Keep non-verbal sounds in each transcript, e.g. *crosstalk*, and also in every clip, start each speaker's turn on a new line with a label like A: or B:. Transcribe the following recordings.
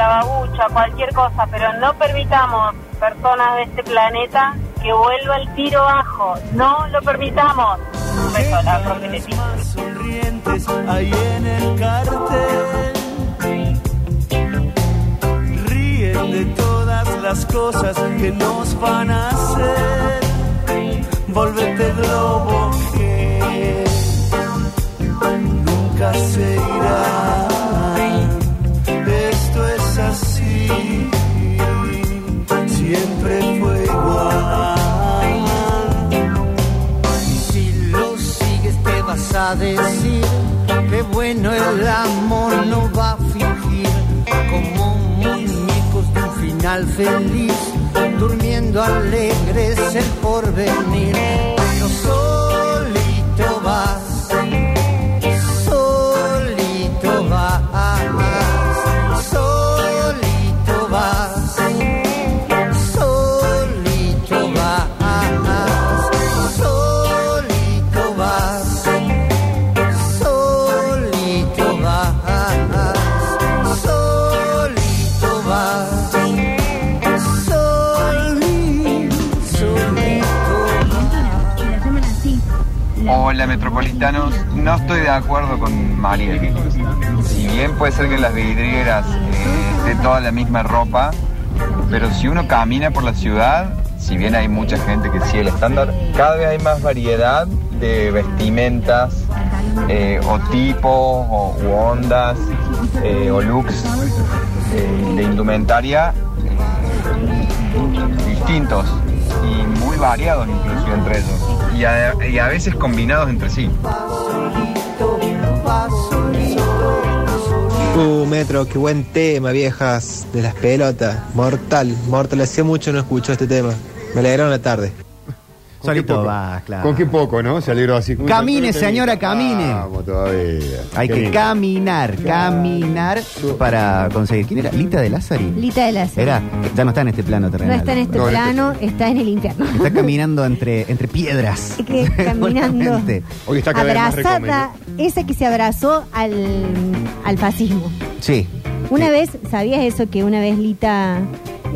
A: a cualquier cosa, pero no permitamos personas de este planeta que vuelva el tiro bajo. No lo permitamos. Beso a la profe Leti.
B: más sonrientes ahí en el cartel. Ríen de todas las cosas que nos van a hacer. Volvete globo que nunca se irá. Esto es así. Siempre fue igual.
C: Y si lo sigues te vas a decir que bueno el amor no va a fingir como muñecos de un final feliz durmiendo alegres el porvenir pero solito vas solito vas solito vas Solito vas, solito vas, solito vas, solito vas, soli, solito vas.
D: Hola metropolitanos, no estoy de acuerdo con Mariel. Si bien puede ser que en las vidrieras eh, esté toda la misma ropa, pero si uno camina por la ciudad, si bien hay mucha gente que sigue el estándar, cada vez hay más variedad de vestimentas eh, o tipos o u ondas eh, o looks eh, de indumentaria eh, distintos y muy variados incluso entre ellos y a, y a veces combinados entre sí.
E: Uh, Metro, qué buen tema, viejas, de las pelotas. Mortal, mortal, hacía mucho no escucho este tema. Me alegraron la tarde.
F: Con qué
G: Solito
F: poco.
G: vas, Ah, claro.
F: Con qué poco, ¿no? Se alegró así.
G: Camine, señora, camine.
F: Vamos todavía.
G: Hay
F: Qué
G: que
F: lindo.
G: caminar, caminar para conseguir. ¿Quién era? ¿Lita de Lázari?
H: Lita de las.
G: Era, ya no está en este plano
H: No
G: terrenal.
H: está en este
F: No, no está.
H: plano, está en el infierno. *laughs*
G: Está caminando entre, entre piedras. *laughs*
H: que caminando
G: Seguramente.
F: Hoy está cada vez más
H: abrazada, esa que se abrazó al, al fascismo.
G: Sí.
H: Una vez, ¿sabías eso? Que una vez Lita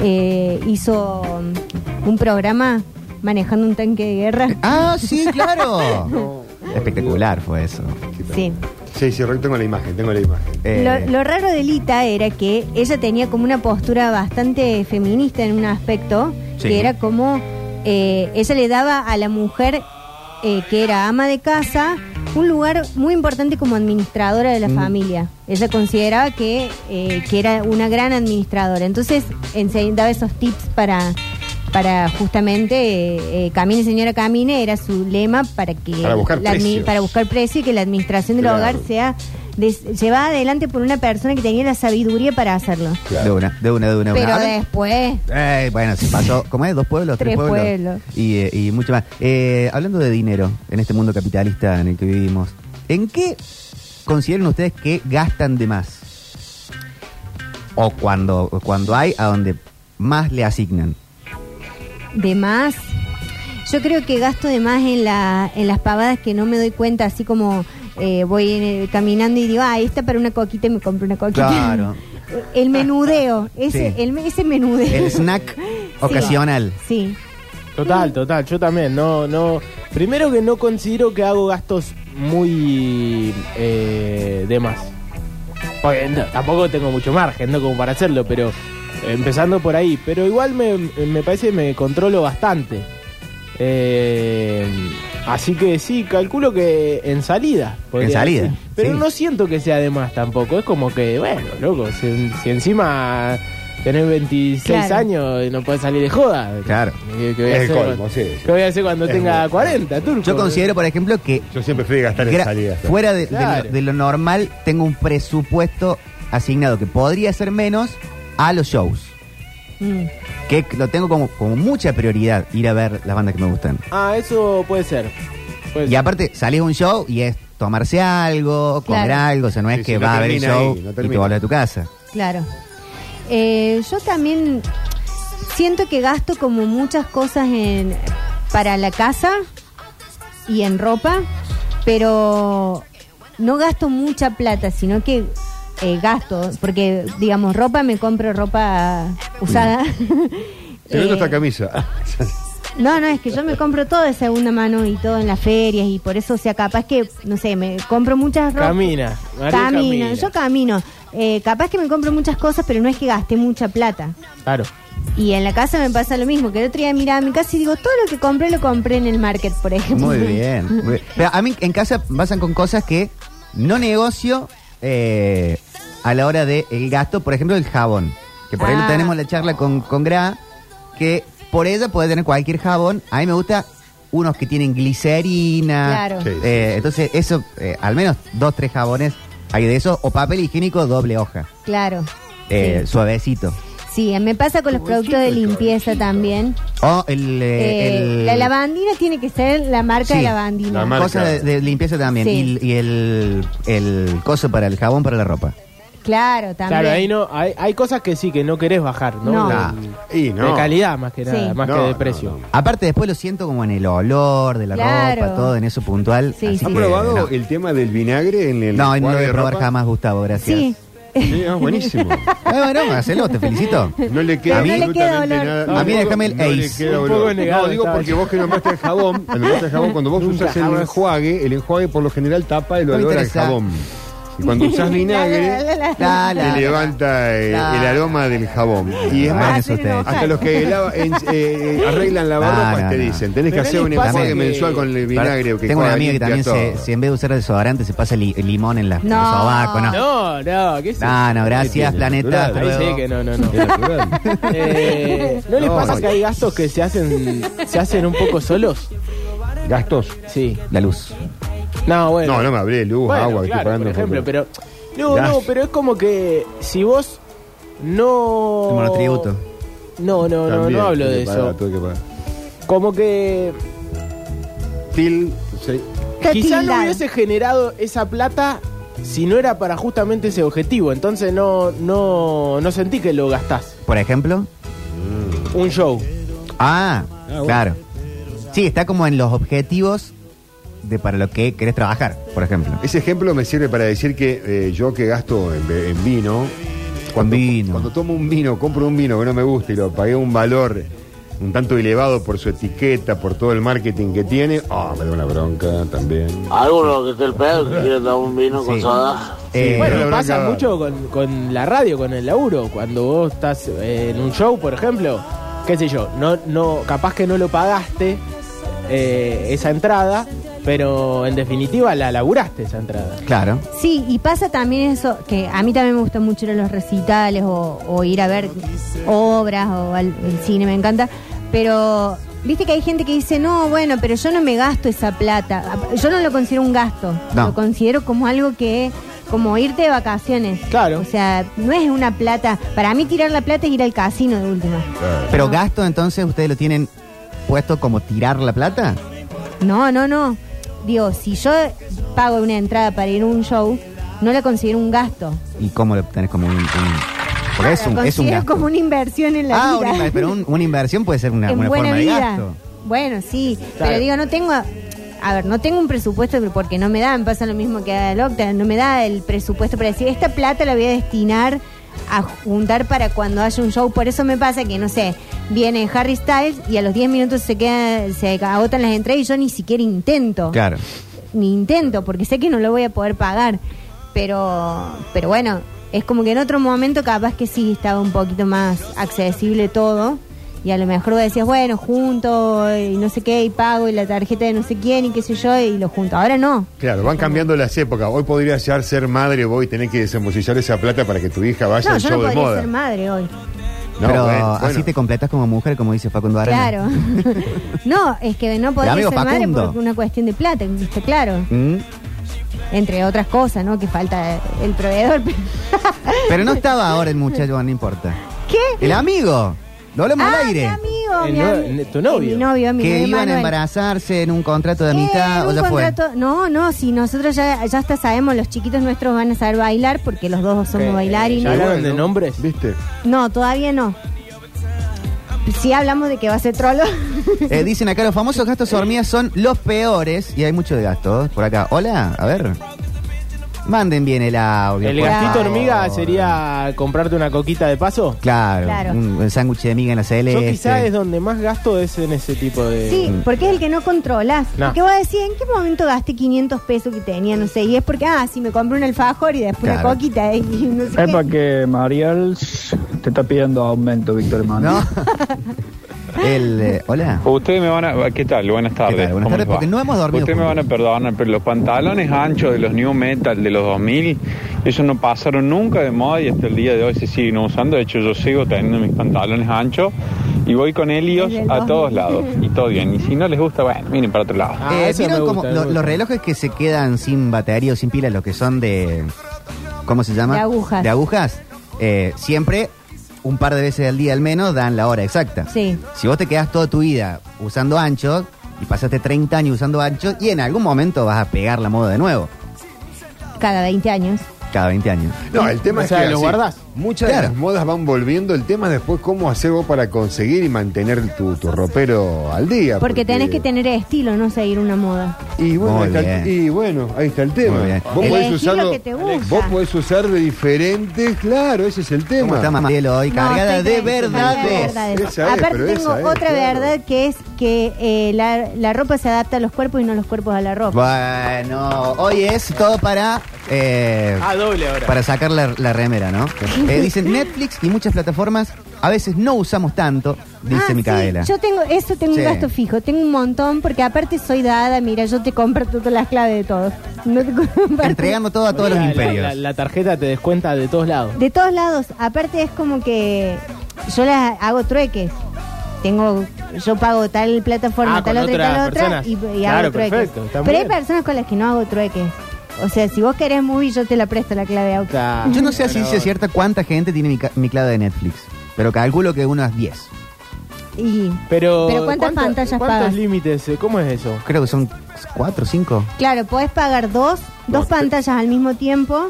H: eh, hizo um, un programa manejando un tanque de guerra.
G: Ah, sí,
H: *laughs*
G: claro. Espectacular fue eso.
H: Sí.
F: Sí, sí, tengo la imagen, tengo la imagen.
G: Eh,
H: Lo, lo raro de Lita era que ella tenía como una postura bastante feminista en un aspecto,
G: Sí.
H: que era como eh, ella le daba a la mujer eh, que era ama de casa un lugar muy importante como administradora
F: Mm.
H: de la familia. Ella consideraba que, eh, que era una gran administradora. Entonces ense- daba esos tips para, para justamente eh, eh, Camine Señora Camine, era su lema para que
F: Para buscar
H: la admi-
F: precios.
H: para buscar precio y que la administración del
F: Claro.
H: hogar sea des- llevada adelante por una persona que tenía la sabiduría para hacerlo.
G: de una, de una, de una. de una.
H: Pero
G: A ver.
H: después,
G: Eh, bueno, se
H: *laughs*
G: pasó, ¿cómo es? ¿Dos pueblos? ¿Tres,
H: Tres
G: pueblos?
H: pueblos.
G: Y, eh, y mucho más. Eh, hablando de dinero, en este mundo capitalista en el que vivimos, ¿en qué consideran ustedes que gastan de más? O cuando, o cuando hay a donde más le asignan.
H: de más, yo creo que gasto de más en, la, en las pavadas que no me doy cuenta, así como eh, voy eh, caminando y digo, ah, esta para una coquita y me compro una coquita.
G: Claro.
H: *laughs* El menudeo, ese,
G: Sí.
H: el, ese menudeo. *laughs*
G: El snack ocasional.
H: Sí.
I: Total, total, yo también, no, no. Primero que no considero que hago gastos muy eh, de más. Porque no, tampoco tengo mucho margen, ¿no? Como para hacerlo, pero eh, empezando por ahí. Pero igual me, me parece que me controlo bastante. Eh, así que sí, calculo que en salida. podría
G: En salida,
I: decir. Pero
G: sí.
I: no siento que sea de más tampoco. Es como que, bueno, loco, si, si encima tenés 26
H: Claro.
I: años y no podés salir de joda. Eh,
G: Claro.
I: ¿Qué, qué voy a
F: Es el
I: hacer
F: colmo,
I: cuando-
F: sí, sí.
I: ¿Qué voy a hacer cuando
F: Es
I: tenga
F: bueno.
I: 40, turco?
G: Yo considero, por ejemplo, que
F: Yo siempre fui a gastar en
G: Gra-
F: salidas.
G: Fuera de, de
I: Claro.
G: lo, de lo normal, tengo un presupuesto asignado que podría ser menos a los shows.
H: Mm.
G: Que lo tengo como, como mucha prioridad ir a ver las bandas que me gustan.
I: Ah, eso puede ser. Puede
G: Y
I: ser.
G: aparte, salís a un show y es tomarse algo, comer
H: Claro.
G: algo. O sea, no es
F: Sí,
G: que
F: sí, no
G: va a ver el
F: termina
G: show
F: ahí, no
G: y te
F: termina.
G: volvés a tu casa.
H: Claro. Eh, yo también siento que gasto como muchas cosas en para la casa y en ropa, pero no gasto mucha plata, sino que eh, gastos, porque, digamos, ropa, me compro ropa usada. *laughs*
F: Te vendo
H: Eh,
F: esta camisa.
H: no, no, es que yo me compro todo de segunda mano y todo en las ferias y por eso, o sea, capaz que, no sé, me compro muchas ropas.
I: Camina, María,
H: Camino,
I: camina.
H: yo camino. Eh, capaz que me compro muchas cosas, pero no es que gasté mucha plata.
I: Claro.
H: Y en la casa me pasa lo mismo, que el otro día miraba mi casa y digo, todo lo que compré lo compré en el market, por ejemplo.
G: Muy bien.
H: Mm.
G: muy bien. Pero a mí en casa pasan con cosas que no negocio eh, a la hora del el gasto, por ejemplo, el jabón. Que por ahí lo
H: Ah.
G: tenemos la charla con, con Gra, que por ella puede tener cualquier jabón. A mí me gusta unos que tienen glicerina.
H: Claro.
F: Sí, sí,
G: Eh, entonces, eso, eh, al menos dos, tres jabones hay de esos. O papel higiénico doble hoja,
H: *laughs* Claro.
G: eh, suavecito.
H: Sí, me pasa con los productos de limpieza también.
G: O el... eh,
H: Eh,
G: el-
H: La lavandina tiene que ser la marca
G: Sí,
H: de lavandina.
F: la marca.
G: Cosa de, de limpieza también.
H: Sí.
G: Y, y el, el coso para el jabón para la ropa.
H: Claro, también.
I: Claro, ahí no, hay, hay cosas que sí, que no querés bajar, ¿no?
H: No.
I: De-
F: Y no.
I: De calidad más que nada,
H: Sí.
I: más
F: No,
I: que de
F: no,
I: precio.
F: no.
G: Aparte, después lo siento como en el olor de la
H: Claro.
G: ropa, todo en eso puntual.
H: Sí,
G: así
H: sí.
F: ¿Ha
G: que,
F: probado
G: no.
F: el tema del vinagre en el
G: No, no lo
F: enjuague
G: voy
F: de
G: a probar
F: ropa?
G: jamás, Gustavo, gracias.
H: Sí.
F: Sí, ah, buenísimo.
G: *laughs* Ah, bueno, hacelo,
H: *laughs*
G: te felicito.
F: No le
H: Pero
F: queda
H: no le
F: absolutamente
H: queda olor.
F: nada.
G: A mí déjame el
F: no le
G: Ace.
F: queda
I: Un
F: olor.
I: poco negado
F: No, digo
I: estaba
F: porque
I: yo.
F: vos que nombraste el jabón, *laughs* cuando nombraste el jabón, cuando vos
I: Nunca
F: usas el
I: jamás.
F: enjuague, el enjuague por lo general tapa el
G: No me
F: olor al
G: interesa.
F: jabón. Y cuando
G: *laughs*
I: eh.
F: usas
H: La, la,
F: vinagre,
H: la, la.
G: La, la,
F: te
G: la.
F: levanta eh,
G: Claro.
F: el aroma del jabón. Y es
G: Ah,
F: más,
G: eso ustedes.
H: enojar.
F: hasta
G: *laughs*
F: los que lava- en- eh, arreglan la
G: No,
F: barba
G: no,
F: te
G: no.
F: dicen, tenés que
I: Pero
F: hacer
I: les
F: un
I: pasa
F: enjuague
I: que-
F: mensual con el vinagre. que
G: Tengo un
F: cuadra,
G: amigo que
F: limpia
G: también se,
F: todo.
G: si en vez de usar desodorante se pasa li- limón en la en
H: No.
G: los sobacos, No.
I: No, no, ¿qué es
G: No, no, gracias,
F: tiene?
G: planeta. hasta
F: Natural.
I: Ahí sí
G: luego.
I: que no, no,
G: *laughs*
I: no.
F: Es natural.
I: Eh, ¿No les
F: No,
I: pasa
F: no.
I: que hay gastos que se hacen se hacen un poco solos?
F: ¿Gastos?
I: Sí.
G: La luz.
I: No, bueno.
F: No, no me hablé, luz,
I: Bueno,
F: agua, que estoy
I: claro,
F: pagando.
I: por ejemplo, pero no,
F: Gas.
I: no, pero es como que si vos no
G: El
H: Oh.
G: monotributo.
I: No, no, no,
F: También,
I: no hablo
F: tuve
I: de
F: que pagar,
I: eso.
F: tuve que pagar.
I: Como que
F: Til, sí.
H: Está
I: quizás no
H: tildado.
I: hubiese generado esa plata si no era para justamente ese objetivo, entonces no no no sentí que lo gastás.
G: Por ejemplo.
I: Un show.
G: Ah, claro. Sí, está como en los objetivos de para lo que querés trabajar, por ejemplo.
F: Ese ejemplo me sirve para decir que eh, yo que gasto en, ve- en vino, cuando,
G: vino.
F: cuando tomo un vino, compro un vino que no me gusta y lo pagué un valor un tanto elevado por su etiqueta, por todo el marketing que tiene, ah, me da una bronca también.
J: Algunos que esté el pedo que quieren dar un vino con
G: Sí.
J: soda.
G: Eh,
F: no
I: Bueno,
F: la
I: pasa
F: bronca.
I: mucho con, con la radio, con el laburo. Cuando vos estás eh, en un show, por ejemplo, qué sé yo, no, no, capaz que no lo pagaste eh, esa entrada, pero en definitiva la laburaste esa entrada.
G: Claro.
H: Sí, y pasa también eso, que a mí también me gusta mucho ir a los recitales o, o ir a ver obras o al el cine, me encanta. Pero, viste que hay gente que dice, no, bueno, pero yo no me gasto esa plata. Yo no lo considero un gasto,
G: No.
H: lo considero como algo que, como irte de vacaciones.
I: Claro.
H: O sea, no es una plata. Para mí tirar la plata es ir al casino de última.
G: Pero
H: No.
G: gasto entonces ustedes lo tienen puesto como tirar la plata.
H: No, no, no. Digo, si yo pago una entrada para ir a un show, no la considero un gasto.
G: ¿Y cómo lo tenés como un... un- porque es
H: la
G: un,
H: considero
G: es un gasto.
H: como una inversión en la
G: ah,
H: vida.
G: una inver- pero un- una inversión puede ser
H: *laughs*
G: una,
H: en
G: una
H: buena
G: forma
H: vida.
G: de gasto.
H: Bueno, sí,
I: Claro.
H: pero digo, no tengo. A ver, no tengo un presupuesto porque no me da, me pasa lo mismo que al Octa, no me da el presupuesto para decir, esta plata la voy a destinar a juntar para cuando haya un show. Por eso me pasa que, no sé, viene Harry Styles y a los 10 minutos se queda, se agotan las entradas y yo ni siquiera intento.
G: Claro.
H: Ni intento, porque sé que no lo voy a poder pagar. Pero, pero bueno, es como que en otro momento capaz que sí estaba un poquito más accesible todo. Y a lo mejor vos decías, bueno, junto y no sé qué, y pago y la tarjeta de no sé quién y qué sé yo, y lo junto. Ahora no.
F: Claro, van cambiando las épocas. Hoy podrías ya ser madre, vos y tenés que desembolsillar esa plata para que tu hija vaya
H: No,
F: al
H: yo
F: show
H: no
F: de
H: podría
F: moda.
H: ser madre hoy.
F: No,
G: pero
F: bueno,
G: así
F: bueno.
G: te completas como mujer, como dice Facundo Arana.
H: Claro. *laughs* no, es que no podría
G: amigo
H: ser madre
G: Facundo.
H: por una cuestión de plata, está claro.
G: Mm.
H: Entre otras cosas, ¿no? Que falta el proveedor.
G: Pero no estaba ahora el muchacho, no importa.
H: ¿Qué?
G: El amigo. Lo hablamos
H: ah,
G: al aire.
H: mi amigo,
I: El
H: mi
I: no-
H: ami-
I: ne- tu novio.
H: eh, Mi novio, mi
G: Que
H: novio
G: iban a
H: Manuel.
G: embarazarse en un contrato de
H: Eh,
G: amistad
H: en
G: o
H: un
G: ya
H: contrato- No, no, si nosotros ya, ya hasta sabemos, los chiquitos nuestros van a saber bailar porque los dos somos
I: Ok,
H: bailarines.
I: ¿Ya hablaron Eh, de nombres?
F: ¿Viste?
H: No, todavía no. Sí hablamos de que va a ser trolo. *laughs*
G: fue. Eh, dicen acá, los famosos gastos hormigas son los peores y hay mucho de gastos. Por acá. Hola, a ver. Manden bien el audio.
I: El
G: por
I: gastito
G: favor.
I: hormiga sería comprarte una coquita de paso.
G: Claro,
H: Claro.
G: Un, el sándwich de miga en la
I: Yo
G: celeste.
I: quizás es donde más gasto es en ese tipo de...
H: Sí, porque es el que no controlas.
I: No.
H: Porque vos decís, ¿en qué momento gasté 500 pesos que tenía? No sé, y es porque, ah, si me compré un alfajor y después
G: Claro.
H: una coquita y no sé
B: Es
H: qué.
B: para que Mariel te está pidiendo aumento, Víctor hermano.
G: ¿No? *laughs* el, eh, hola.
K: Ustedes me van a... ¿Qué tal? Buenas tardes.
G: ¿Qué tal? Buenas
K: ¿Cómo
G: tardes,
K: les va?
G: porque no hemos dormido
K: Ustedes me van
G: juntos.
K: a perdonar, pero los pantalones anchos de los New Metal de los 2000, ellos no pasaron nunca de moda y hasta el día de hoy se siguen usando. De hecho, yo sigo teniendo mis pantalones anchos y voy con ellos
H: Desde el
K: a
H: 2000.
K: todos lados. Y todo bien. Y si no les gusta, bueno, miren para otro lado.
I: Ah,
G: Eh,
I: eso
G: ¿Vieron
I: me gusta,
G: como
I: me
G: lo-
I: gusta.
G: los relojes que se quedan sin batería o sin pilas, los que son de. ¿Cómo se llama?
H: De agujas.
G: De agujas. Eh, siempre, un par de veces al día al menos, dan la hora exacta.
H: Sí.
G: Si vos te quedas toda tu vida usando anchos y pasaste 30 años usando anchos, y en algún momento vas a pegar la moda de nuevo,
H: Cada 20 años.
G: cada 20 años.
F: No, el tema
I: O
F: es
I: sea,
F: que
I: ¿lo
F: así,
I: guardás?
F: muchas de
G: Claro.
F: las modas van volviendo. El tema es después cómo hacer vos para conseguir y mantener tu, tu ropero al día.
H: Porque tenés que tener estilo, no seguir una moda.
F: Y bueno,
G: Muy
F: ahí está, el-
G: bien.
F: y bueno, ahí está el tema.
G: Muy bien.
F: Vos
H: Elegí
F: podés,
H: lo
F: usarlo,
H: que te gusta.
F: vos podés usar de diferentes, claro, ese es el
G: ¿Cómo
F: tema.
G: está Marielo hoy?
H: No,
G: Cargada
H: estoy
G: de
H: tranquila, de
G: verdades.
H: verdades.
F: Esa es,
H: Aparte
F: pero
H: tengo
F: esa es,
H: otra
F: claro.
H: verdad que es que eh, la, la ropa se adapta a los cuerpos y no los cuerpos a la ropa.
G: Bueno, hoy es todo para. eh,
I: Ah, doble ahora.
G: para sacar la, la remera, ¿no? Eh,
I: *laughs*
G: dicen Netflix y muchas plataformas a veces no usamos tanto, dice
H: Ah, sí,
G: Micaela.
H: yo tengo, eso tengo
G: Sí.
H: un gasto fijo, tengo un montón, porque aparte soy dada, mira, yo te compro *laughs* todas las claves de todo. No te *laughs* comparto.
G: Entregando todo a todos los
I: La- la-
G: imperios.
I: La, la tarjeta te descuenta de todos lados.
H: De todos lados, aparte es como que yo las hago trueques. Tengo, yo pago tal plataforma,
I: Ah,
H: tal
I: con
H: otra, y tal
I: otras
H: otra,
I: personas.
H: y, y
I: Claro,
H: hago trueques.
I: perfecto, está
H: Pero
I: muy
H: hay
I: bien.
H: personas con las que no hago trueques. O sea, si vos querés movie, yo te la presto la clave de auto.
I: Está-
G: Yo no sé a ciencia
I: Bueno,
G: cierta cuánta gente tiene mi, ca- mi clave de Netflix, pero calculo que unas 10.
H: Y
I: Pero,
H: Pero ¿cuántas
I: ¿cuánto-
H: pantallas
I: ¿Cuántos
H: pagas?
I: límites? eh? ¿Cómo es eso?
G: Creo que son 4 o 5.
H: claro, podés pagar dos, dos pantallas al mismo tiempo,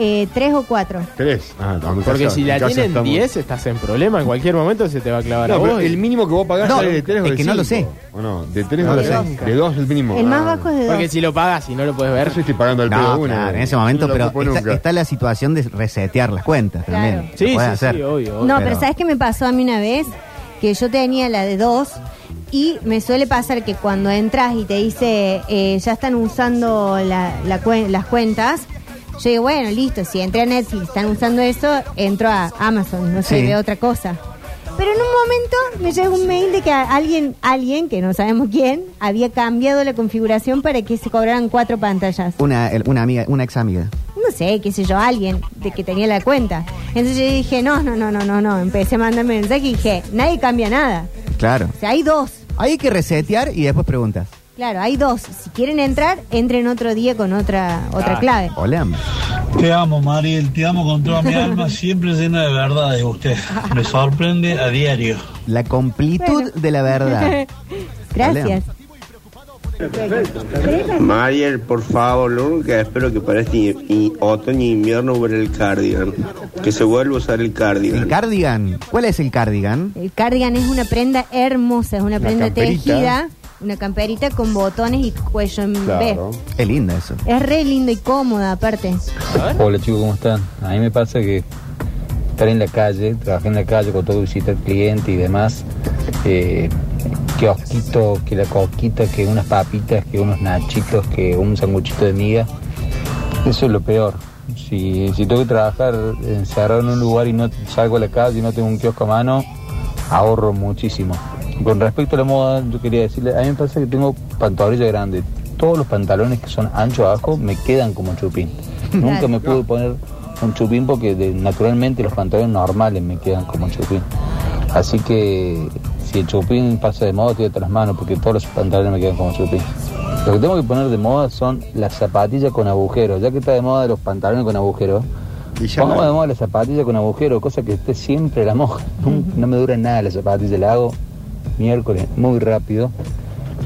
H: eh, tres o cuatro.
F: Tres. Ah, estamos
I: Porque
F: casados,
I: si
F: en
I: la
F: casa
I: tienen
F: estamos-
I: 10, estás en problema. En cualquier momento se te va a clavar a
F: No, pero
I: vos.
F: el mínimo que vos pagás
G: No,
F: sale de tres o
G: es
F: de
G: que no lo
F: cinco. ¿O no? De tres
G: No
F: o
G: lo
F: de
G: sé.
F: cinco. De dos el mínimo.
H: El más
F: Ah.
H: bajo es de
I: Porque
H: dos.
I: si lo pagas y no lo puedes ver.
F: Yo estoy pagando al pedo
G: No,
F: una.
G: claro, en ese momento,
F: No lo
G: pero
F: ocupo
G: está,
F: nunca.
G: está la situación de resetear las cuentas
H: Claro.
G: también.
I: Sí,
G: Lo
I: sí,
G: podés hacer.
I: sí, obvio. obvio.
H: No,
G: Pero-
H: pero ¿sabes qué me pasó a mí una vez? Que yo tenía la de dos y me suele pasar que cuando entras y te dice eh, ya están usando la- la cuen- las cuentas, yo digo, bueno, listo, si entré a Netflix, están usando eso, entro a Amazon, no sé,
G: Sí.
H: de otra cosa. Pero en un momento me llega un mail de que a- alguien, alguien, que no sabemos quién, había cambiado la configuración para que se cobraran cuatro pantallas
G: Una, el- una amiga, una ex amiga.
H: no sé, qué sé yo, alguien de que tenía la cuenta. Entonces yo dije, no, no, no, no, no, no. Empecé a mandarme mensaje y dije, nadie cambia nada.
G: Claro.
H: O sea, hay dos.
G: Hay que resetear y después preguntas.
H: Claro, hay dos. Si quieren entrar, entren otro día con otra otra
I: Ah.
H: clave.
G: Hola.
B: Te amo, Mariel, te amo con toda mi alma, *laughs* siempre llena de verdades usted. Me sorprende a diario.
G: La completud
H: Bueno.
G: de
I: *laughs*
G: la verdad.
H: Gracias.
K: Mariel, por favor, lo único que espero que para este otoño e invierno vuelva el cardigan. Que se vuelva a usar el
G: ¿El
K: cardigan.
G: cardigan? ¿Cuál es el cardigan?
H: El cardigan es una prenda hermosa, es una prenda
F: camperita.
H: tejida, una camperita con botones y cuello en
F: Claro.
H: B.
G: Qué linda eso.
H: Es re linda y cómoda aparte.
K: Hola chicos, ¿cómo están? A mí me pasa que estar en la calle, trabajar en la calle con todo visita al cliente y demás, eh, que osquito, que la coquita, que unas papitas, que unos nachitos, que un sanguchito de miga, eso es lo peor. Si, si tengo que trabajar encerrado en un lugar y no salgo a la calle y no tengo un kiosco a mano, ahorro muchísimo. Con respecto a la moda, yo quería decirle, a mí me pasa que tengo pantorrilla grande. Todos los pantalones que son ancho abajo me quedan como chupín. Nunca me pude poner un chupín porque de- naturalmente los pantalones normales me quedan como chupín. Así que si el chupín pasa de moda, tírate las manos porque todos los pantalones me quedan como chupín. Lo que tengo que poner de moda son las zapatillas con agujeros. Ya que está de moda los pantalones con agujeros,
F: Y ya
K: Pongamos
F: no.
K: de moda la zapatilla con agujero, cosa que esté siempre la moja. Nun- *laughs* No, me dura nada la zapatilla, la hago miércoles muy rápido.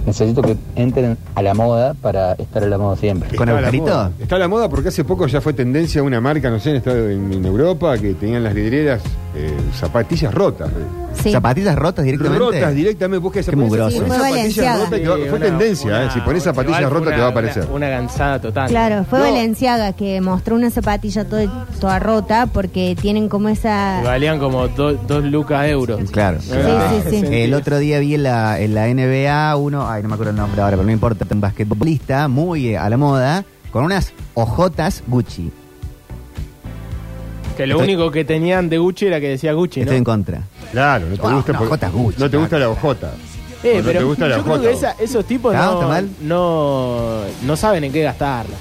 K: Necesito que entren a la moda para estar a la moda siempre.
G: ¿Con
F: Está la
G: agujerito?
F: moda. Está la moda porque hace poco ya fue tendencia una marca, no sé, en, Estados- en- en Europa, que tenían las vidrieras eh, zapatillas rotas. ¿eh?
H: Sí.
G: ¿Zapatillas rotas directamente?
F: Rotas directamente, busca
G: Qué mugroso.
F: zapatillas,
H: Sí, fue
F: zapatillas
H: Balenciaga.
F: rotas. que va-
I: Sí,
F: fue
I: una-
F: tendencia,
I: una-
F: ¿eh? Si pones zapatillas
I: igual fue
F: rotas te va a
I: una-
F: aparecer.
I: Una, gansada total.
H: Claro, fue
I: No,
H: Valenciaga que mostró una zapatilla toda, toda rota porque tienen como
I: y
H: esa...
I: Valían como do- dos lucas euros.
G: Claro.
H: Sí, sí, sí.
G: El otro día vi en la, en la NBA uno, ay, no me acuerdo el nombre ahora, pero no importa, un basquetbolista muy eh, a la moda, con unas ojotas Gucci.
I: Que lo
G: Estoy-
I: único que tenían de Gucci era que decía Gucci, ¿no?
G: Estoy en contra.
F: Claro, no te
I: Ah,
G: Wow,
F: gusta
G: una
F: porque-
G: jota Gucci,
F: No te gusta
G: claro.
F: la ojota.
I: Eh,
F: No te
I: pero
F: gusta la
I: yo creo
F: jota,
I: que
F: vos.
I: esa- esos tipos
G: Claro,
I: no,
G: está mal.
I: no, no saben en qué gastarla.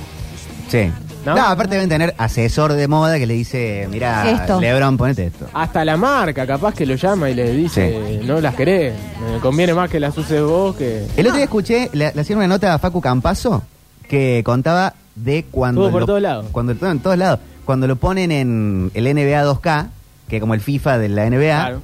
G: Sí.
I: ¿No?
G: ¿No? aparte deben tener asesor de moda que le dice, mira,
H: Esto.
G: Lebron, ponete esto.
I: Hasta la marca, capaz que lo llama y les dice, no las querés. Me conviene más que las uses vos que.
G: El otro día escuché, le, le hacían una nota a Facu Campazo que contaba de cuando.
I: Estuvo por
G: lo-
I: todos lados.
G: Cuando, todo- en todos lados. Cuando lo ponen en el NBA 2K, que como el FIFA de la NBA,
I: Claro.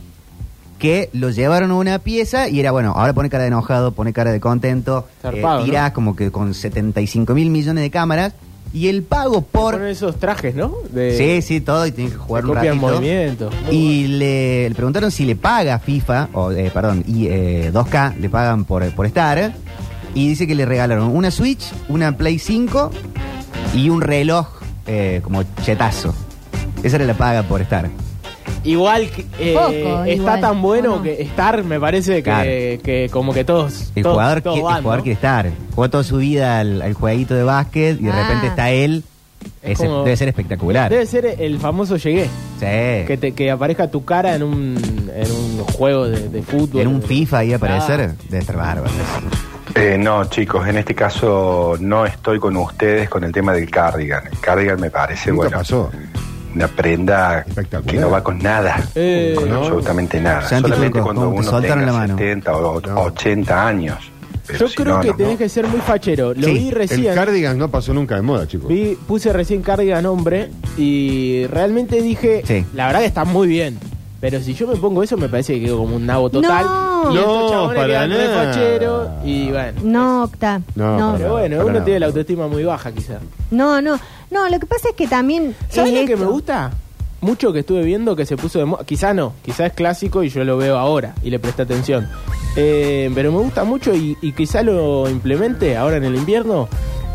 G: que lo llevaron a una pieza y era bueno, ahora pone cara de enojado, pone cara de contento,
I: Zarpado,
G: tirás como que con 75 mil millones de cámaras y el pago por.
I: Ponen esos trajes, ¿no? De,
G: Sí, sí, todo y tiene que
I: que
G: jugar un
I: copian
G: ratito.
I: movimiento.
G: Y le, le preguntaron si le paga FIFA, o eh, perdón, y eh, 2K le pagan por, por estar. Y dice que le regalaron una Switch, una Play 5 y un reloj eh, como chetazo. Esa era la paga por estar.
I: Igual que, eh,
H: Poco,
I: está
H: igual,
I: tan bueno
H: ¿o no?
I: que estar me parece que,
G: Claro.
I: que como que todos
G: El
I: todos-
G: jugador,
I: todos
G: quiere,
I: van,
G: el jugador
I: ¿no?
G: quiere estar. Jugó toda su vida al, al jueguito de básquet y de
H: Ah.
G: repente está él.
I: Es
G: Ese-
I: como-
G: Debe ser espectacular.
I: Debe ser el famoso llegué.
G: Sí.
I: Que, te, que aparezca tu cara en un, en un juego de, de fútbol.
G: En un FIFA ahí aparecer,
I: Ah.
G: debe estar bárbaro.
L: Eh, no, chicos, en este caso no estoy con ustedes con el tema del cardigan. El cardigan me parece,
F: Nunca
L: bueno,
F: pasó.
L: una prenda
F: Espectacular.
L: que no va con nada,
I: Eh.
L: con absolutamente nada.
G: Santi
L: Solamente
G: Turco,
L: cuando
G: ¿cómo te
L: uno
G: soltaron
L: tenga
G: la mano?
L: 70 o
F: No.
L: 80 años. Pero
I: Yo
L: si
I: creo
L: no,
I: que
L: no,
I: tenés
L: no.
I: que ser muy fachero. Lo
G: Sí,
I: vi
F: El
I: recién.
F: cardigan no pasó nunca de moda, chicos.
I: vi- puse recién cardigan hombre y realmente dije,
G: Sí.
I: la verdad que está muy bien. Pero si yo me pongo eso me parece que quedo como un nabo total.
H: No.
I: y
F: No,
I: estos chabones
F: para
I: quedan re
F: nada.
I: facheros y bueno.
H: No, Octa.
F: No,
H: No,
I: Pero
H: no,
F: para-
I: bueno,
F: para
I: uno
F: nada.
I: tiene la autoestima muy baja quizás.
H: no. No, lo que pasa es que también...
I: ¿Sabes
H: es
I: lo que
H: esto.
I: me gusta? Mucho que estuve viendo que se puso de moda. Quizá no, quizá es clásico y yo lo veo ahora y le presté atención. Eh, pero me gusta mucho y, y quizá lo implemente ahora en el invierno.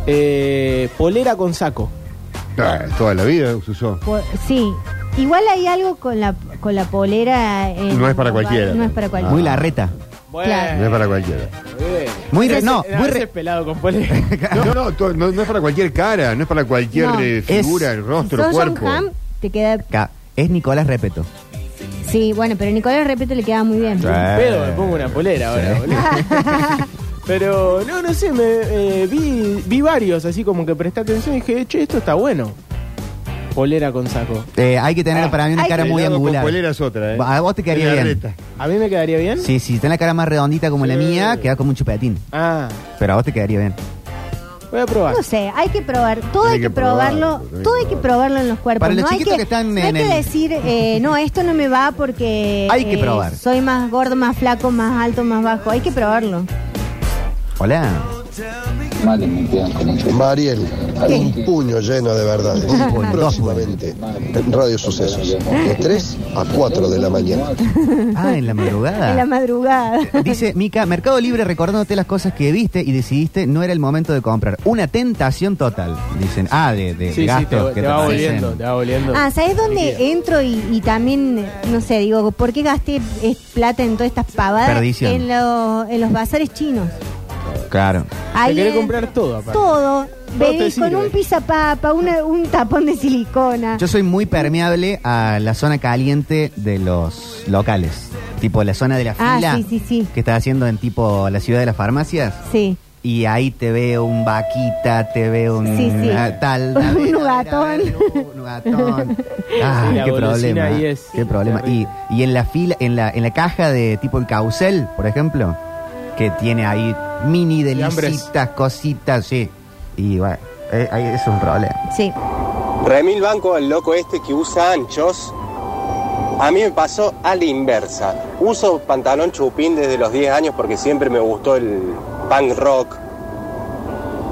I: Eh, polera con saco.
F: Ah, toda la vida se usó.
H: Po- Sí. Igual hay algo con la, con la polera... en-
F: No es para cualquiera. Ah,
H: No es para cualquiera.
G: Muy la reta. *laughs*
H: Claro.
F: No es para cualquiera.
I: Eh,
G: Muy re-
I: ese-
G: no,
I: a
G: muy
I: veces
G: re-
I: pelado con polera. *laughs*
F: No, no, to- no, no es para cualquier cara, no es para cualquier
H: No.
F: eh,
G: Es-
F: figura, el rostro,
H: Si
F: el
H: sos John
F: cuerpo.
H: Hamm, te queda...
G: Acá, Es Nicolás Repeto.
H: Sí, bueno, pero Nicolás Repeto le queda muy bien.
G: Sí.
I: Un pedo, me pongo una polera ahora, *laughs* boludo. Pero no, no sé, me, eh, vi, vi varios así como que presté atención y dije, che, esto está bueno. Polera con saco.
G: Eh, hay que tener para mí una
H: Ay,
G: cara
F: El
G: muy
F: lado con
G: angular.
F: polera es otra, ¿eh?
G: A vos te quedaría
F: Es la
G: bien.
F: reta.
I: ¿A mí me quedaría bien?
G: Sí, si tenés la cara más redondita como la
I: Sí.
G: mía, queda como un chupetín.
I: Ah,
G: Pero a vos te quedaría bien.
I: voy a probar.
H: No sé, hay que probar, todo
F: Hay
H: hay
F: que
H: que probarlo,
F: probarlo, hay
H: todo
F: que
H: hay que probarlo en los cuerpos.
G: Para los
H: no hay
G: chiquitos que están
H: no
G: en
H: hay que
G: el-
H: decir, eh, no, esto no me va porque
G: Hay que
H: eh,
G: probar.
H: soy más gordo, más flaco, más alto, más bajo. Hay que probarlo.
G: Hola.
K: Males me quedan con eso.
E: Mariel,
H: ¿Qué?
E: un puño lleno de verdades.
G: puño, dos
E: Próximamente en Radio Sucesos, de 3 a 4 de la mañana.
G: Ah, en la
H: En la
G: madrugada.
H: madrugada.
G: Dice Mica, Mercado Libre recordándote las cosas que viste y decidiste no era el momento de comprar. Una tentación total. Dicen, ah, de, de
I: Sí, sí, te,
G: gastos
I: te
G: que te
I: va
G: aparecen.
I: volviendo, te va volviendo.
H: Ah, ¿sabes dónde entro y, y también, no sé, digo, ¿por qué gasté eh, plata en todas estas pavadas?
G: Perdición.
H: En, lo- en los bazares chinos.
G: Claro.
H: Ahí
I: querés
H: es-
I: comprar todo, aparte.
H: Todo. Venís
I: te
H: con
I: sirve.
H: un pisapapa, una- un tapón de silicona.
G: Yo soy muy permeable a la zona caliente de los locales. Tipo la zona de la
H: Ah,
G: fila
H: sí, sí, sí.
G: que estás haciendo en tipo la ciudad de las farmacias.
H: Sí.
G: Y ahí te veo un vaquita, te veo un
H: Sí, sí.
G: ah, tal.
H: *laughs* Un
G: a ver,
H: nugatón.
G: a ver, a ver,
H: *laughs*
G: un nugatón. Ah,
I: Sí, la
G: qué
I: golosina
G: problema.
I: ahí es
G: Qué problema. Y,
I: terrible.
G: y en la fila, en la, en la caja de tipo el caucel, por ejemplo, que tiene ahí mini
I: hambres.
G: delicitas, cositas, sí. Y bueno, eh, ahí es un problema.
H: Sí.
B: Remil Banco, el loco este que usa anchos, a mí me pasó a la inversa. Uso pantalón chupín desde los 10 años porque siempre me gustó el punk rock.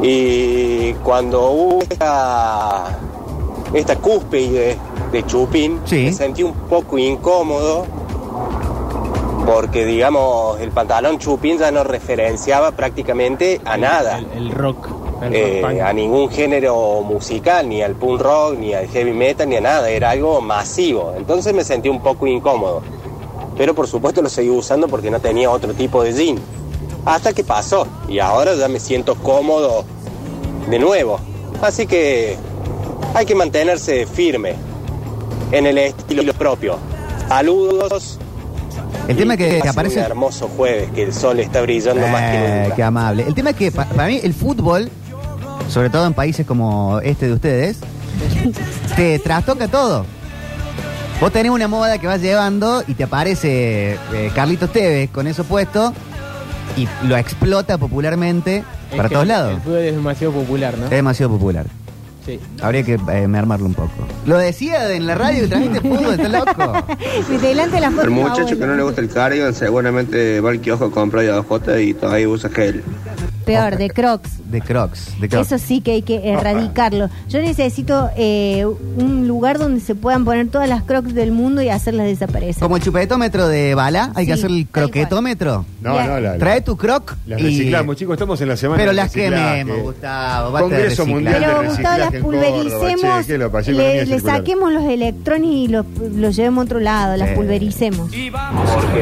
B: Y cuando usa esta cúspide de Chupín, me sentí un poco incómodo porque, digamos, el pantalón Chupín ya no referenciaba prácticamente a nada.
I: El rock. el
B: Eh,
I: rock punk.
B: a ningún género musical, ni al punk rock, ni al heavy metal, ni a nada. Era algo masivo. Entonces me sentí un poco incómodo. Pero por supuesto lo seguí usando porque no tenía otro tipo de jean. Hasta que pasó. Y ahora ya me siento cómodo de nuevo. Así que hay que mantenerse firme en el estilo propio. Saludos.
G: El tema
B: y
G: que
B: pasen
G: aparece-
B: Un hermoso jueves, que el sol está brillando más que
G: Eh,
B: nunca.
G: qué amable. El tema es que pa- para mí el fútbol, sobre todo en países como este de ustedes, te trastoca todo. Vos tenés una moda que vas llevando y te aparece eh, Carlitos Tevez con eso puesto y lo explota popularmente
I: Es
G: para
I: que
G: todos
I: el-
G: lados. Eh.
I: El fútbol es demasiado popular, ¿no?
G: Es demasiado popular.
I: Sí.
G: Habría que eh, armarlo un poco. Lo decía en la radio que trajiste fútbol, está loco.
H: *laughs* Desde delante de las fotos.
M: El muchacho que no le gusta el cardio seguramente va al kiosco, compra ya J y todavía usa gel.
H: Peor, de Crocs.
G: De Crocs, de Crocs.
H: Eso sí que hay que erradicarlo. Yo necesito eh, un lugar donde se puedan poner todas las crocs del mundo y hacerlas desaparecer.
G: Como el chupetómetro de bala, hay que
H: Sí,
G: hacer el croquetómetro.
F: No, no, la- la-
G: Trae tu croc.
F: Las
G: y-
F: reciclamos, chicos, estamos en la semana.
G: Pero
F: del
G: las
F: reciclaje.
G: quememos, Gustavo. basta de
F: Congreso
G: reciclar.
F: Mundial
H: Pero
F: de
H: Gustavo, las
F: Reciclaje en Córdoba,
H: pulvericemos,
F: che, que lo pasé con la
H: le,
F: mía
H: le
F: circular.
H: saquemos los electrones y los, los llevemos a otro lado, las
N: Eh.
H: pulvericemos.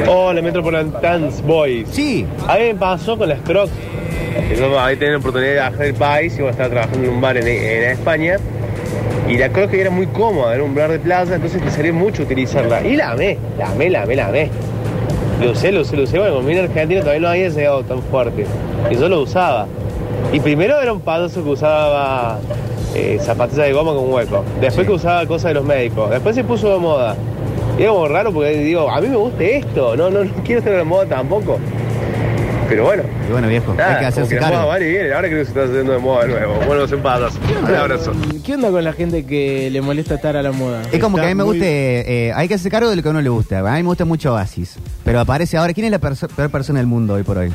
N: Hola, Metropolitans Boys. Sí. A mí me pasó con las Crocs. Yo había tenido la oportunidad de viajar el país y iba a estar trabajando en un bar en, en España. Y la Croc era muy cómoda, era un bar de plaza, entonces te salía mucho utilizarla. Y la amé, la amé, la amé, la amé. Lo usé, lo usé, lo usé. Bueno, como vine a Argentina todavía no había llegado tan fuerte. Y yo lo usaba. Y primero era un paso que usaba eh, zapatillas de goma con hueco. Después que usaba cosas de los médicos. Después se puso de moda. Y era como raro porque digo, a mí me gusta esto. No, no, no quiero estar de moda tampoco. Pero bueno.
G: Y bueno, viejo,
I: Ah,
G: hay que
N: Nada, como
G: hacerse
N: que la moda
G: cargo.
N: va y viene. Ahora creo que se está haciendo de moda de nuevo. Bueno, un patas. Un abrazo.
I: ¿Qué onda con la gente que le molesta estar a la moda?
G: Es como que a mí me
I: gusta
G: guste, eh, hay que hacerse cargo de lo que a uno le gusta. A mí me gusta mucho Oasis. Pero aparece ahora, ¿quién es la perso- peor persona del mundo hoy por hoy?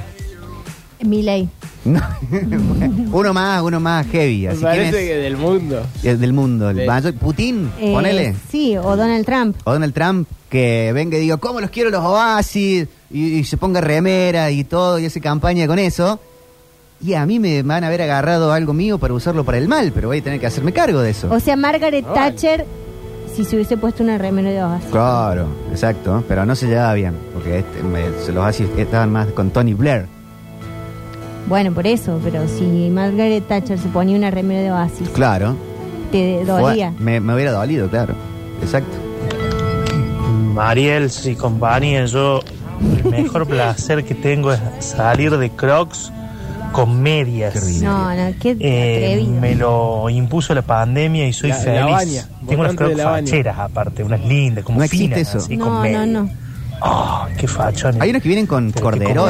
G: *laughs*
H: Miley.
G: No. *laughs* uno más, uno más heavy.
I: Me
G: Así, ¿quién
I: parece
G: es?
I: que del mundo.
G: El del mundo. El
I: Sí.
G: mayor- Putin,
H: Eh,
G: ponele.
H: Sí, o Donald Trump.
G: O Donald Trump, que venga y diga, ¿cómo los quiero los Oasis? Y, y se ponga remera y todo, y hace campaña con eso. Y a mí me van a haber agarrado algo mío para usarlo para el mal, pero voy a tener que hacerme cargo de eso.
H: O sea, Margaret Thatcher, si se hubiese puesto una remera de hojas.
G: Claro, exacto, pero no se llevaba bien, porque este, me- se los Oasis estaban más con Tony Blair.
H: Bueno, por eso, pero si Margaret Thatcher se ponía una remera de Oasis,
G: Claro.
H: te dolía.
G: Fue- Me, me hubiera dolido, claro. Exacto.
O: Mariel y compañía, yo el mejor placer que tengo es salir de Crocs con medias.
H: No, no, qué
O: Eh,
H: atrevido.
O: me lo impuso la pandemia y soy
H: La- la
O: feliz.
H: baña,
O: tengo unas
H: botante de
O: Crocs
H: la baña.
O: facheras aparte, unas lindas, como
G: No existe
O: finas,
G: eso.
O: así, con
H: No, no,
O: medias.
H: no.
O: Qué fachones.
G: Hay unos que vienen con cordero.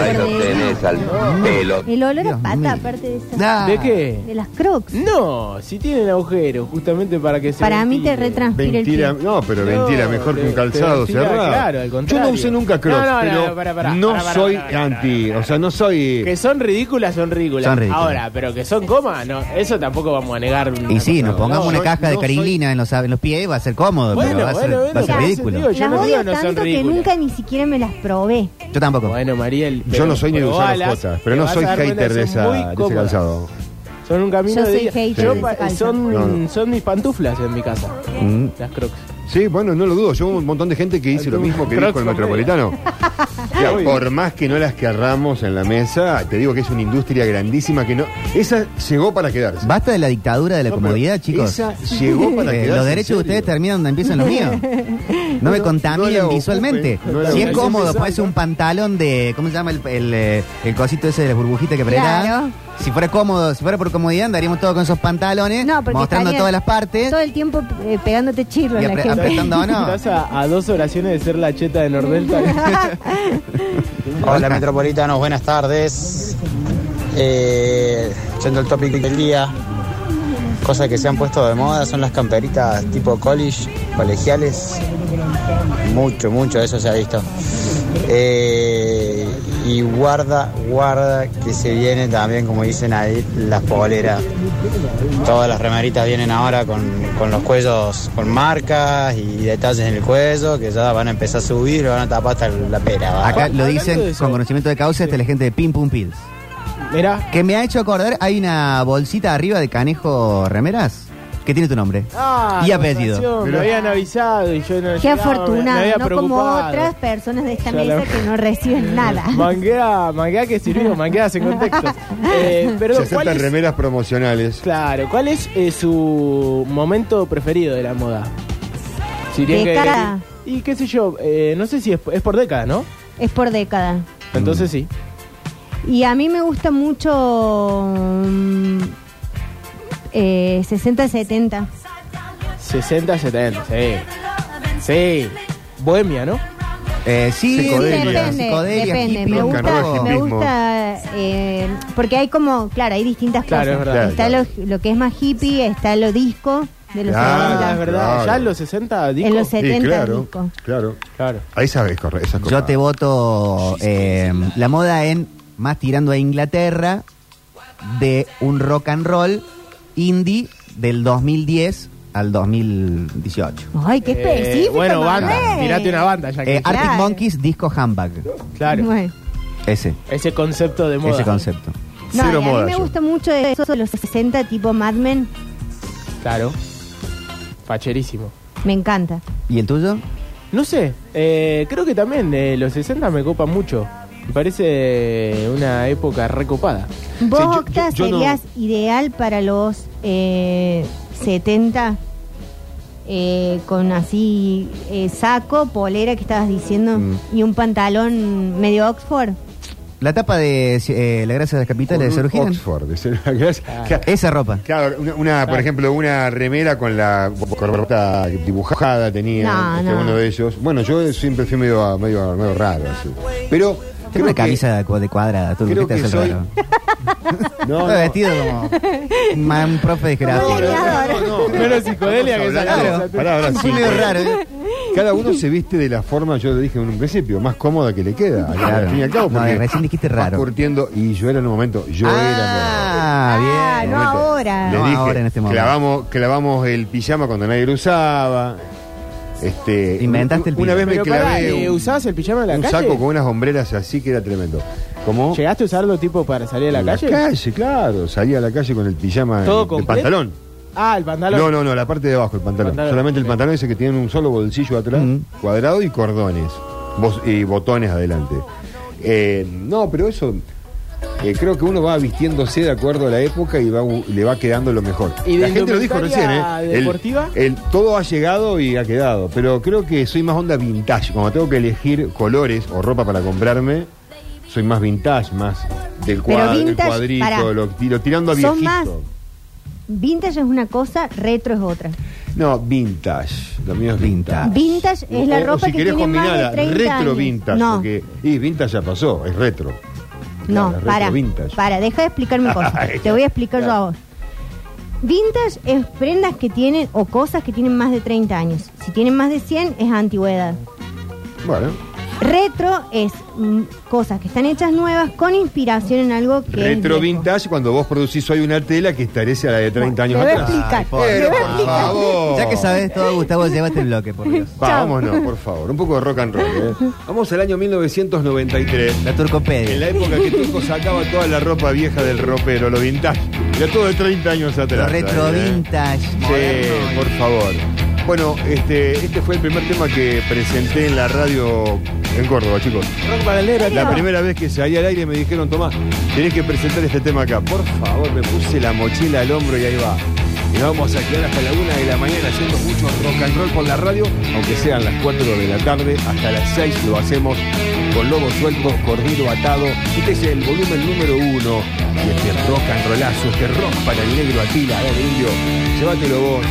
H: El olor a pata, aparte de eso.
I: ¿De qué?
G: Ah.
H: De las crocs.
I: No, si tienen agujeros, justamente para que se.
H: Para mí te
I: ventile.
H: retranspira el
F: Ventila,
H: pie.
F: no, pero ventila mejor que un
I: te-
F: calzado
I: te ventila,
F: cerrado.
I: claro, al
F: Yo
I: contrario.
F: no usé nunca Crocs,
I: No, no, no,
F: pero no,
I: no, pará, pará, pará, pará,
F: soy
I: pará, pará,
F: anti, o sea, no soy
I: Que son ridículas, son ridículas.
F: Son ridículas.
I: Ahora, pero que son comas, no, eso tampoco vamos a negar.
G: Y sí, nos pongamos
I: No,
G: una
I: yo
G: caja de
I: no
G: carilina en, los, en los pies, va a ser cómodo,
I: Bueno,
G: pero va a ser,
I: bueno, bueno,
G: va a ser
I: ya,
G: ridículo.
I: digo, yo
H: las
I: no
H: odio
I: digo no son
H: tanto que
I: ridículas.
H: nunca ni siquiera me las probé.
G: Yo tampoco.
I: Bueno, Mariel.
F: Yo no soy ni de usar las botas, pero no soy hater de, esa, de ese calzado.
I: Son un camino
H: Yo
I: de.
H: soy
I: día.
H: hater
I: Yo
H: de
I: pa-
H: ese calzado.
I: son,
F: No, Mm. no.
I: son mis pantuflas en mi casa. Las crocs.
F: Sí, bueno, no lo dudo. Yo un montón de gente que dice lo mismo que dijo el metropolitano. O sea, por más que no las querramos en la mesa, te digo que es una industria grandísima que no. Esa llegó para quedarse.
G: Basta de la dictadura de la
F: No, pero
G: comodidad, chicos.
F: esa llegó para
G: Eh,
F: quedarse,
G: Los derechos
F: en
G: de
F: serio.
G: ustedes terminan donde empiezan los míos. No me
F: No,
G: contaminen
F: no la ocupen,
G: visualmente.
F: no la
G: si es
F: ocupen.
G: cómodo, parece un pantalón de. ¿Cómo se llama el, el, eh, el cosito ese de las burbujitas que prendá?
H: Claro.
G: Si fuera cómodo, si fuera por comodidad, andaríamos todos con esos pantalones,
H: No, porque
G: Eh, mostrando
H: estaría
G: todas las partes.
H: Todo el tiempo eh, pegándote chirro
G: Y
H: en la
G: apre-
H: gente. *laughs*
G: apretando
I: *laughs*
G: o no.
I: Estás a, a dos oraciones de ser la cheta de Nordelta. *laughs*
P: Hola Metropolitanos, buenas tardes. Eh, yendo al tópico del día, cosas que se han puesto de moda son las camperitas tipo college, colegiales. Mucho, mucho de eso se ha visto. Eh, Y guarda, guarda que se viene también, como dicen ahí, las poleras. Todas las remeritas vienen ahora con, con los cuellos, con marcas y detalles en el cuello, que ya van a empezar a subir, van a tapar hasta la pera. ¿va?
G: Acá lo dicen con conocimiento de causa, esta es la gente de Pim Pum Pills.
I: Mira.
G: Que me ha hecho acordar, hay una bolsita arriba de Canejo Remeras que tiene tu nombre
I: Ah,
G: y
I: con
G: apellido.
I: razón, Me habían avisado y yo no llegaba,
H: Qué
I: me- me
H: afortunado,
I: había
H: no como
I: preocupado.
H: otras personas de esta
I: Ya
H: mesa
I: la-
H: que no reciben nada.
I: Manguea, manguea que sirvió, manguea sin contexto.
H: *laughs*
I: Eh,
F: Se
I: perdón, ¿cuál
F: aceptan
I: es,
F: remeras promocionales.
I: claro, ¿cuál es eh, su momento preferido de la moda? Si tienen que-
H: Década.
I: Y qué sé yo, eh, no sé si es, es por década, ¿no?
H: Es por década.
I: Entonces
G: Mm.
I: sí.
H: Y a mí me gusta mucho mm, eh, 60-70.
I: 60, 70, sí. Sí. Bohemia, ¿no?
G: Eh, sí,
H: depende, depende. Me gusta, me gusta eh, porque hay como, claro, hay distintas
I: Claro,
H: cosas.
I: es verdad.
H: está Lo, lo que es más hippie, está lo disco de los
F: Claro,
H: 70.
I: es Ah, verdad.
F: Claro.
I: Ya en los 60 disco.
H: Ah, En los 70
F: Sí, claro,
H: disco.
F: claro.
I: Claro.
F: Ahí sabes, corre, esas cosas.
G: Yo te voto eh, la moda en más tirando a Inglaterra de un rock and roll indie del 2010 al 2018.
H: Ay, qué
I: Eh,
H: específico.
I: bueno, banda.
H: Mamé.
I: Tirate una banda ya que.
G: Eh, Arctic Monkeys disco handbag.
I: Claro.
H: Bueno.
G: Ese,
I: Ese concepto de moda.
G: ese concepto.
H: No,
G: Cero
H: y a
G: moda
H: mí me
G: yo.
H: gusta mucho eso de los 60 tipo Mad Men.
I: Claro. Facherísimo.
H: Me encanta.
G: ¿Y el tuyo?
I: No sé, eh, creo que también eh, los 60 me copan mucho. Me parece una época recopada.
H: ¿Vos,
I: Sí, yo-
H: Octa,
I: yo- yo no-
H: serías ideal para los eh, 70? Eh, con así eh, saco, polera que estabas diciendo
G: Mm.
H: y un pantalón medio Oxford.
G: La tapa de eh, La Gracia de las Capitales de
F: Con un
G: Sergio
F: Oxford, de ser- gracias. Claro.
G: Esa ropa.
F: Claro, una, una, por ejemplo, una remera con la corbata dibujada tenía
H: No,
F: este,
H: no.
F: uno de ellos. Bueno, yo siempre fui medio, medio, medio raro. así. Pero
G: Tengo una camisa de cua- de cuadrada. Tú,
F: creo
G: ¿qué te
F: que
G: hace
F: soy-
G: el raro?
F: *laughs* No,
G: Estoy vestido como un man profe de geografía.
I: Menos psicodelia que
F: Estamos
I: esa
F: hablando-
I: cosa.
F: pará, pará,
G: Sí, medio raro, ¿eh?
F: Cada uno se viste de la forma, yo lo dije en un principio, más cómoda que le queda. al-
G: Claro.
F: Al fin y al cabo,
G: No,
F: porque
G: recién dijiste
F: vas
G: raro.
F: curtiendo, y yo era en un momento, yo
G: Ah,
H: Ah,
G: bien.
H: no ahora.
F: era. Le
G: no
F: dije,
G: ahora en este momento.
F: Clavamos, clavamos el pijama cuando nadie lo usaba. Este,
G: Inventaste el
F: Una
G: pijama.
F: vez me
I: Pero
F: clavé
I: pará, eh,
F: un,
I: ¿usabas el pijama en la
F: un
I: calle?
F: saco con unas hombreras así que era tremendo. ¿Cómo?
I: ¿Llegaste a usarlo tipo para salir a la,
F: En
I: calle?
F: La calle, claro. Salía a la calle con el pijama,
I: ¿Todo
F: el- el
I: completo?
F: pantalón.
I: Ah, el pantalón.
F: No, no, no, la parte de abajo, el pantalón.
I: Pantalón.
F: Solamente el pantalón ese que tiene un solo bolsillo atrás, cuadrado y cordones. bos- y botones adelante. Eh, no, pero eso. eh, creo que uno va vistiéndose de acuerdo a la época y va, u- le va quedando lo mejor.
I: ¿Y de
F: la gente lo dijo recién, ¿eh?
I: indumentaria
F: El-
I: deportiva?
F: el- todo ha llegado y ha quedado. Pero creo que soy más onda vintage. Cuando tengo que elegir colores o ropa para comprarme, soy más vintage, más del
H: Pero
F: cuadro, del
H: vintage, pará.
F: cuadrito, lo, tiro- tirando a
H: Son
F: viejito.
H: más- Vintage es una cosa, retro es otra.
F: No, vintage. Lo mío es vintage.
H: Vintage es la ropa que tiene más de 30
F: retro
H: años.
F: vintage.
H: No,
F: Porque, y vintage ya pasó, es retro.
H: no,
F: Claro, es retro
H: para,
F: vintage.
H: para, deja
I: *laughs*
H: de explicarme cosas. Te voy a explicar yo a vos. Vintage es prendas que tienen o cosas que tienen más de 30 años. Si tienen más de 100 es antigüedad.
F: Bueno,
H: Retro es mm, cosas que están hechas nuevas con inspiración en algo que
F: retro
H: es viejo.
F: vintage cuando vos producís hoy una tela que estarece a la de 30 años
H: Te voy a
F: atrás.
H: explicar,
F: Pero,
H: te voy a
F: por
H: explicar.
F: favor.
G: Ya que sabes todo, Gustavo, llévate el bloque, por Dios.
F: Va, vámonos, por favor. Un poco de rock
H: *laughs*
F: and roll. ¿eh? Vamos al año 1993.
G: La turcopedia.
F: En la época que Turco sacaba toda la ropa vieja del ropero, lo vintage. Era todo de 30 años
G: Lo
F: atrás.
G: retro
F: ¿eh?
G: vintage.
F: Sí,
G: moderno.
F: por favor. Bueno, este, este fue el primer tema que presenté en la radio en Córdoba, chicos.
I: Rock para el negro,
F: La
I: tío.
F: primera vez que salí al aire me dijeron, Tomás, tenés que presentar este tema acá. Por favor, me puse la mochila al hombro y ahí va. Y nos vamos a quedar hasta la una de la mañana haciendo mucho rock and roll por la radio, aunque sean las 4 de la tarde, hasta las 6 lo hacemos con lobo suelto, cordero atado. Este es el volumen número uno de este rock and rollazo, este rock para el negro Atila, el indio. Llévatelo vos.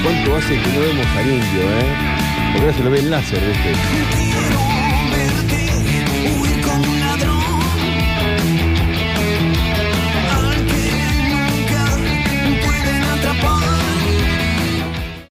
F: ¿Cuánto hace que no vemos al indio, eh? Porque ahora se lo ve en láser, ¿viste?
C: Quiero